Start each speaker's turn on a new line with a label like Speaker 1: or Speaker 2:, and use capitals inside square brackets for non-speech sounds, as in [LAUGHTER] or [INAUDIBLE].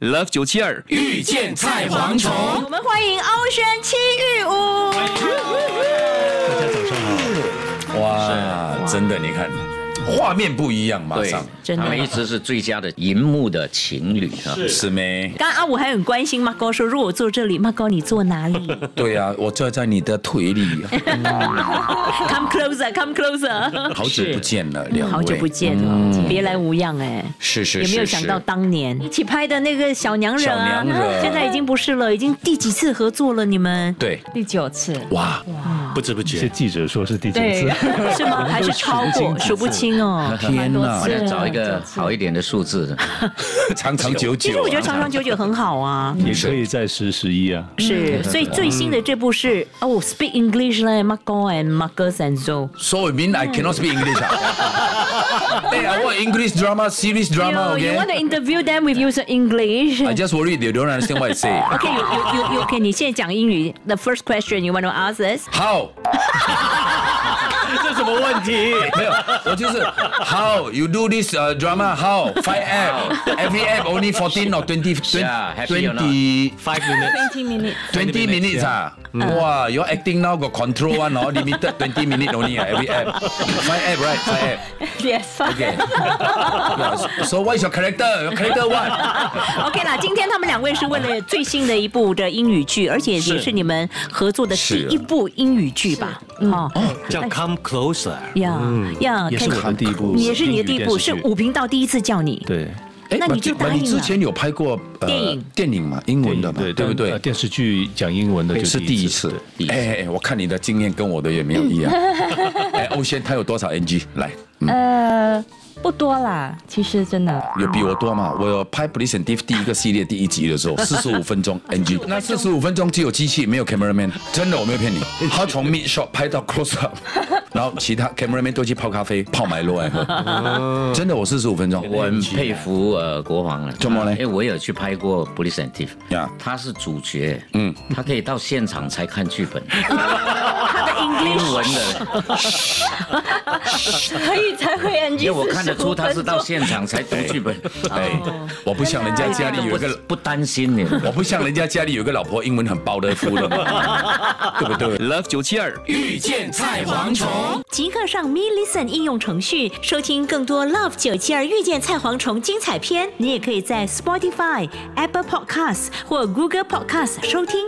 Speaker 1: Love 九七二
Speaker 2: 遇见菜蝗虫。
Speaker 3: 我们欢迎欧轩七玉屋。
Speaker 4: 大家早上好，
Speaker 2: 哇，真的，你看，画面不一样，马
Speaker 5: 对
Speaker 2: 上，
Speaker 3: 真的
Speaker 5: 他们一直是最佳的荧幕的情侣啊。
Speaker 2: 是没？
Speaker 3: 刚刚阿五还很关心马哥说，如果我坐这里，马哥你坐哪里
Speaker 2: 对呀、我坐在你的腿里，
Speaker 3: ？Come closer，Come
Speaker 2: [LAUGHS]
Speaker 3: closer。
Speaker 2: 好久不见了，两位，
Speaker 3: 嗯
Speaker 2: 嗯
Speaker 3: 好久不见了，别来无恙哎。
Speaker 2: 是是
Speaker 3: 有没有
Speaker 2: 是
Speaker 3: 想
Speaker 2: 是
Speaker 3: 到当年一起拍的那个小娘惹啊
Speaker 2: 小娘惹
Speaker 3: 现在已经不是了，已经第几次合作了？你们
Speaker 2: 对，
Speaker 6: 第九次，
Speaker 2: 哇，不知不
Speaker 4: 一些
Speaker 2: 觉，
Speaker 4: 记者说是第九
Speaker 6: 对
Speaker 4: 次，
Speaker 3: [LAUGHS] 是吗？还是超过数不清
Speaker 5: [LAUGHS]
Speaker 3: 哦。
Speaker 2: 天
Speaker 5: 我
Speaker 2: 哪，
Speaker 5: 来找一个好一点的数字的，
Speaker 2: 长长久
Speaker 3: 其
Speaker 2: 久
Speaker 3: 实
Speaker 2: 啊，
Speaker 3: 我觉得长长久久很好啊。
Speaker 4: 也可以在十十一啊。
Speaker 6: 嗯
Speaker 3: 是，所以最新的这部是哦，Speak English 嘞，Marco and Marcus and Zoe。
Speaker 2: So it mean I cannot speak English. ah? [LAUGHS] hey, I want English drama, series drama,
Speaker 3: 嗯 You, you
Speaker 2: okay?
Speaker 3: want to interview them with user English?
Speaker 2: I just worry they don't understand what I say.
Speaker 3: Okay, you, you, you, you, okay, 你现在讲英语。The first question you want to ask is,
Speaker 2: How?
Speaker 4: 这什么问题？
Speaker 2: 没有， [LAUGHS] 我就是 How you do this uh, drama? How five app? Every app only fourteen or twenty
Speaker 5: Yeah, happy or not?
Speaker 2: twenty
Speaker 4: Five minutes，
Speaker 6: twenty minutes，
Speaker 2: twenty minutes 啊！
Speaker 3: Mm.
Speaker 2: 哇，your acting now got control one or limited twenty minute only 啊，every app. Five app right? Five app.
Speaker 3: [LAUGHS]
Speaker 6: Yes.
Speaker 2: Okay. Yeah, so what is your character? Your character what?
Speaker 3: OK 啦，今天他们两位是为了最新的一部的英语剧，而且也是你们合作的第一部英语剧吧？哦，
Speaker 4: 叫 Come Closer，
Speaker 3: 呀呀，
Speaker 4: 嗯也是我的第一部
Speaker 3: 也是你的第一部，
Speaker 4: 英语电视
Speaker 3: 是
Speaker 4: 剧
Speaker 3: 五频道第一次叫你。
Speaker 4: 对。
Speaker 2: 哎
Speaker 3: [LAUGHS] 那你就
Speaker 2: but-
Speaker 3: 答
Speaker 2: but
Speaker 3: 应
Speaker 2: 你之
Speaker 3: 了
Speaker 2: 前有拍过呃
Speaker 3: 啊电影
Speaker 2: 电影嘛，英文的嘛，
Speaker 4: 对
Speaker 2: 对不
Speaker 4: 但
Speaker 2: 对哎
Speaker 4: 呃？电视剧讲英文的就是
Speaker 2: 第一次
Speaker 4: 对。
Speaker 5: 第一次
Speaker 2: 哎哎，哎我看你的经验跟我的也没有
Speaker 3: [LAUGHS]
Speaker 2: 一样。哎，欧轩他有多少 NG？来，嗯
Speaker 6: 呃，不多啦，其实真的。
Speaker 2: 有比我多嘛？我有拍《Police and Thief》第一个系列第一集
Speaker 1: [LAUGHS]
Speaker 2: 的时候，四十五分钟 NG，那四十五分钟只有机器没有 cameraman，真的我没有骗你。
Speaker 1: [LAUGHS]
Speaker 2: 他从 mid shot 拍到 close up，然后其他 cameraman 都去泡咖啡、泡买罗来
Speaker 1: [LAUGHS] 哦
Speaker 2: 喝，真的我四十五分钟，
Speaker 5: 我
Speaker 2: 我
Speaker 5: 很佩服呃国王了。
Speaker 2: 怎么嘞
Speaker 5: 因为我有去拍过《Police and Thief》
Speaker 2: 呀，
Speaker 5: 他是主角，嗯，他可以到现场才看剧
Speaker 2: [LAUGHS]
Speaker 5: 本，
Speaker 3: 他的 English
Speaker 5: 英文的，
Speaker 6: [LAUGHS] 所以才会 NG
Speaker 5: 因为我看得出他是到现场才读剧本，
Speaker 2: 哎，我不像人家家 [LAUGHS] 里有一
Speaker 1: 哦
Speaker 2: 个。
Speaker 5: 不担心你。
Speaker 2: [LAUGHS] 我不像人家家里有一个老婆，英文很包的
Speaker 1: [LAUGHS]
Speaker 2: 夫了嘛，对不对？
Speaker 1: Love 九七二
Speaker 2: 遇见菜蝗虫，
Speaker 3: 即刻上 Me Listen 应用程序收听更多 Love 九七二遇见菜蝗虫精彩片。你也可以在 Spotify、Apple Podcasts 或 Google Podcasts 收听。